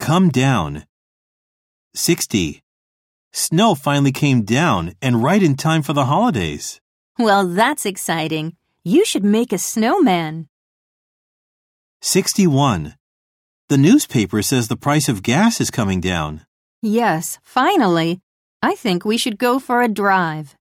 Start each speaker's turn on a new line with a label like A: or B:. A: Come down. 60. Snow finally came down and right in time for the holidays.
B: Well, that's exciting. You should make a snowman.
A: 61. The newspaper says the price of gas is coming down.
B: Yes, finally. I think we should go for a drive.